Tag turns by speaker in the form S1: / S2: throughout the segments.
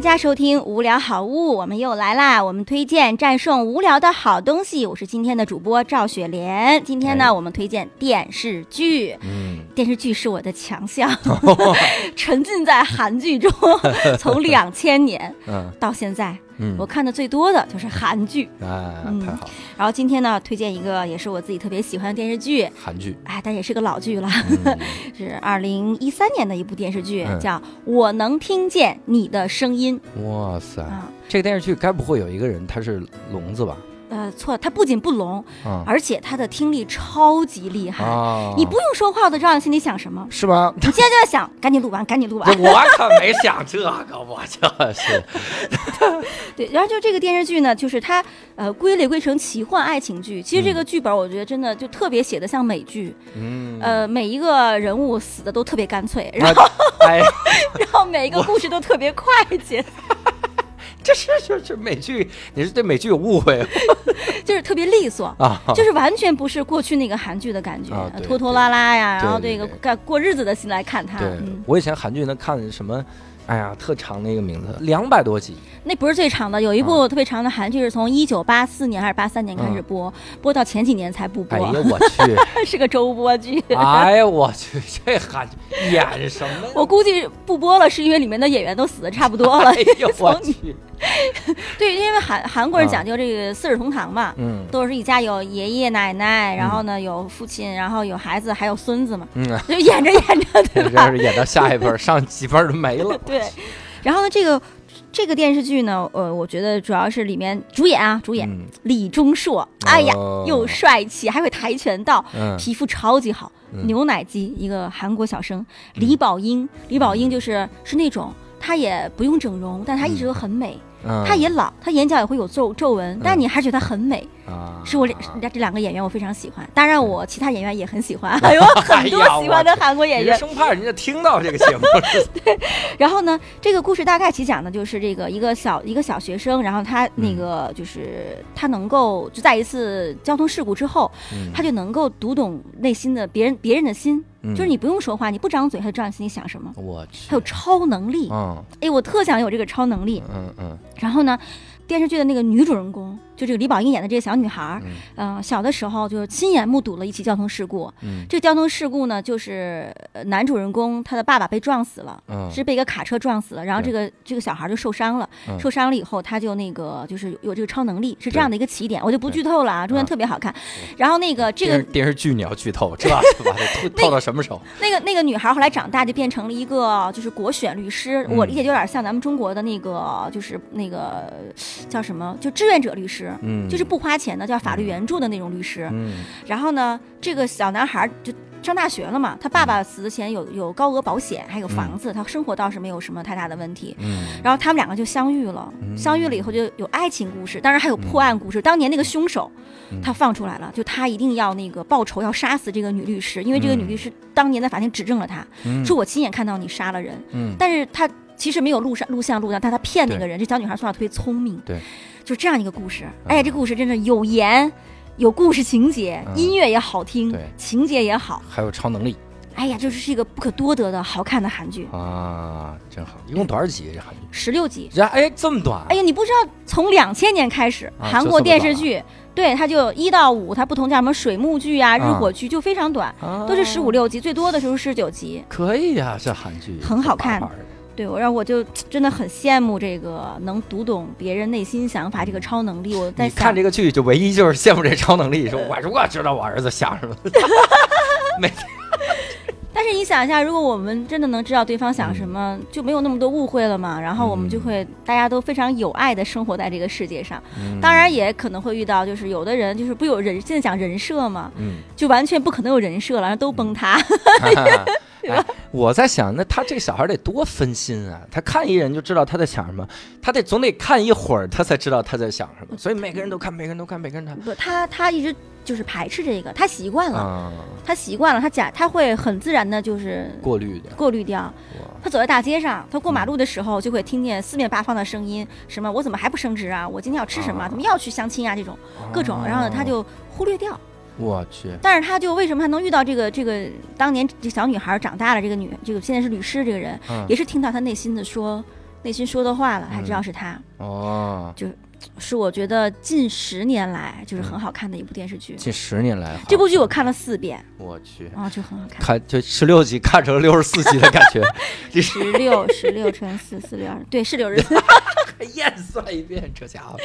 S1: 家收听《无聊好物》，我们又来啦！我们推荐战胜无聊的好东西，我是今天的主播赵雪莲。今天呢，
S2: 哎
S1: 我们推荐电视 剧，
S2: 嗯，
S1: 电视剧是我的强 项，沉浸在韩剧中，从两千年
S2: 嗯
S1: 到现在，
S2: 嗯，
S1: 我看的最多的就是韩剧。
S2: 哎
S1: 嗯，
S2: 太好了，
S1: 然后今天呢，推荐一个也是我自己特别喜欢的电视剧，
S2: 韩剧，
S1: 哎，但也是个老剧了，
S2: 嗯
S1: 是二零一三年的一部电视剧，
S2: 嗯
S1: 叫《我能听见你的声音》
S2: 哇塞，
S1: 啊。
S2: 这个电视剧该不会有一个人他是聋子吧？
S1: 呃，错，他不仅不聋，
S2: 啊
S1: 而且他的听力超级厉害。
S2: 啊，
S1: 你不用说话，我都知道你心里想什 么。
S2: 是吧？
S1: 你现在就在想，赶紧录完，赶紧录完。
S2: 我可没想这个，我就是，
S1: 对，然后就这个电视剧呢，就是它呃归类归成奇幻爱情剧。其实这个剧本，我觉得真的就特别写的像美剧，
S2: 嗯，
S1: 呃，每一个人物死的都特别干脆，然后
S2: 啊，哎，
S1: 然后每一个故事都特别快捷，
S2: 这是这这美剧，你是对美剧有误会
S1: 就是特别利索。
S2: 啊？
S1: 就是完全不是过去那个韩剧的感觉
S2: 啊，对
S1: 拖拖拉拉呀，
S2: 对
S1: 然后
S2: 对
S1: 这个
S2: 对
S1: 干过日子的心来看它，
S2: 对
S1: 嗯，，
S2: 我以前韩剧能看什么？哎呀，特长那个名字，两百多集，
S1: 那不是最长的，有一部特别长的韩剧是从一九八四年还是八三年开始
S2: 嗯
S1: 播，播到前几年才不
S2: 哎呀，
S1: 播，
S2: 我 去，
S1: 是个周播剧。
S2: 哎呀，我去，这韩剧演什么呀？
S1: 我估计不播了，是因为里面的演员都死的差不多 了
S2: 哎。呦，我去，
S1: 对，因为韩韩国人
S2: 啊
S1: 讲究这个四世同堂嘛，
S2: 嗯
S1: 都是一家有爷爷奶奶，然后呢有父亲，然后有孩子，还有孙子嘛，
S2: 嗯。
S1: 就演着演着，对
S2: 这
S1: 吧
S2: 真？是演到下 一本儿，上几本儿都没了。嗯
S1: 对，然后呢，这个这个电视剧呢，呃，我觉得主要是里面主演啊，主演、
S2: 嗯
S1: 李钟硕，哎呀，
S2: 哦
S1: 又帅气，还会跆拳道，
S2: 嗯
S1: 皮肤超级好，
S2: 嗯
S1: 牛奶肌，一个韩国小生。李宝英，李宝
S2: 嗯
S1: 英就是是那种。她也不用整容，但她一直都很美。
S2: 嗯，
S1: 她也老，她眼角也会有皱皱纹，但你还觉得她很美，
S2: 啊
S1: 是我两是这两个演员我非常喜欢。当然，我其他演员也很喜 欢，还有很多
S2: 哎呀
S1: 喜欢的
S2: 我
S1: 韩国演
S2: 你是
S1: 员。
S2: 生怕人家听到这个节目，
S1: 然后呢，这个故事大概其讲的就是这个一个小一个小学生，然后他那
S2: 嗯
S1: 个就是他能够就在一次交通事故之后，
S2: 嗯
S1: 他就能够读懂内心的别人别人的心，
S2: 嗯
S1: 就是你不用说话，你不张嘴，他就知道你心里想什么。
S2: 我
S1: 他
S2: 去
S1: 有，超能力，
S2: 嗯
S1: 哎，我特想有这个超能力。
S2: 嗯嗯
S1: 然后呢，电视剧的那个女主人公，就这个李宝英演的这个小女孩儿，
S2: 嗯
S1: 嗯、小的时候就是亲眼目睹了一起交通事故。
S2: 嗯
S1: 这个交通事故呢，就是呃男主人公他的爸爸被撞死了，
S2: 嗯，
S1: 是被一个卡车撞死了，然后这
S2: 对
S1: 个这个小孩就受伤了，
S2: 嗯
S1: 受伤了以后他就那个就是有这个超能力，是这
S2: 对嗯
S1: 样的一个起点，我就不剧透了啊，中间特别好看。然后那个这
S2: 电视
S1: 个
S2: 电视剧你要剧透，这是吧？得透透到什么时候？
S1: 那个那个女孩后来长大就变成了一个就是国选律师，
S2: 嗯
S1: 我理解就有点像咱们中国的那个就是那个叫什么，就志愿者律师。
S2: 嗯，
S1: 就是不花钱的，叫法律援助的那种律师。
S2: 嗯
S1: 然后呢，这个小男孩就上大学了嘛，他爸
S2: 嗯
S1: 爸死之前有有高额保险，还有房子，他生活倒是没有什么太大的问题。
S2: 嗯，
S1: 然后他们两个就相遇了，
S2: 嗯
S1: 相遇了以后就有爱情故事，当然还有破案故事。当年那个凶手，
S2: 嗯
S1: 他放出来了，就他一定要那个报仇，要杀死这个女律师，因为这个女律师当年在法庭指证了他，
S2: 嗯
S1: 说我亲眼看到你杀了人，
S2: 嗯
S1: 但是他其实没有录上录像录像，但他骗那个
S2: 对
S1: 人。这小女孩从小特别聪明，
S2: 对，嗯
S1: 就这样一个故事。哎呀，这故事真的有言。有故事情节，
S2: 嗯
S1: 音乐也好听
S2: 对，
S1: 情节也好，
S2: 还有超能力
S1: 哎呀，这就是一个不可多得的好看的韩剧，
S2: 啊，真好！一共多少集这韩剧？
S1: 十六集，
S2: 这哎这么短？
S1: 哎呀，你不知道，从两千年开始，
S2: 啊
S1: 韩
S2: 就
S1: 国
S2: 这么
S1: 电视
S2: 短
S1: 剧，对，它就一到五，它不同叫什么水幕剧啊、日
S2: 啊
S1: 火剧，就非常短，
S2: 啊，
S1: 都是十五六集，最多的时候十九集。
S2: 可以呀，这韩剧
S1: 很好看
S2: 这玩意儿
S1: 对我让我就真的很羡慕这个能读懂别人内心想法这个超能力。我在
S2: 你看
S1: 想，
S2: 这个剧，就唯一就是羡慕这超能力，说我如果知道我儿子想什么，
S1: 但是你想一下，如果我们真的能知道对方想什么，就没有那么多误会了嘛。然后我们就
S2: 嗯
S1: 会大家都非常有爱的生活在这个世界上。
S2: 嗯
S1: 当然也可能会遇到，就是有的人就是不有人现在讲人设嘛，
S2: 嗯，
S1: 就完全不可能有人设了，然后都崩塌。
S2: 哎，我在想，那他这小孩得多分心啊！他看一人就知道他在想什么，他得总得看一会儿，他才知道他在想什么。所以每个人都看，每个人都看，每个人都看。
S1: 不，他他一直就是排斥这个，他习惯了，
S2: 啊，
S1: 他习惯了，他假他会很自然的就是
S2: 过滤掉。
S1: 过滤掉。
S2: 哇
S1: 他走在大街上，他过
S2: 嗯
S1: 马路的时候就会听见四面八方的声音，什么我怎么还不升职啊？我今天要吃什么？
S2: 啊哦
S1: 怎么要去相亲啊？这种各种，然后他就忽略掉。
S2: 我去，
S1: 但是他就为什么还能遇到这个这个当年这小女孩长大了，这个女这个现在是律师这个人，
S2: 嗯
S1: 也是听到他内心的说。内心说的话了，才知道是他。
S2: 哦，
S1: 是我觉得近十年来就是
S2: 嗯
S1: 很好看的一部电视剧。
S2: 近十年来，
S1: 这部剧我，看了四遍，
S2: 我去，
S1: 啊、就很好看。
S2: 看就十六集看成六十四集的感 觉，
S1: 十六十六乘四四六二，对，是六十四。
S2: 验哎算一遍，这家伙。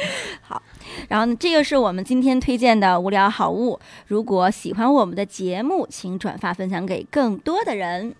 S1: 然后呢，这个是我们今天推荐的无聊好物。如果喜欢我们的节目，请转发分享给更多的人。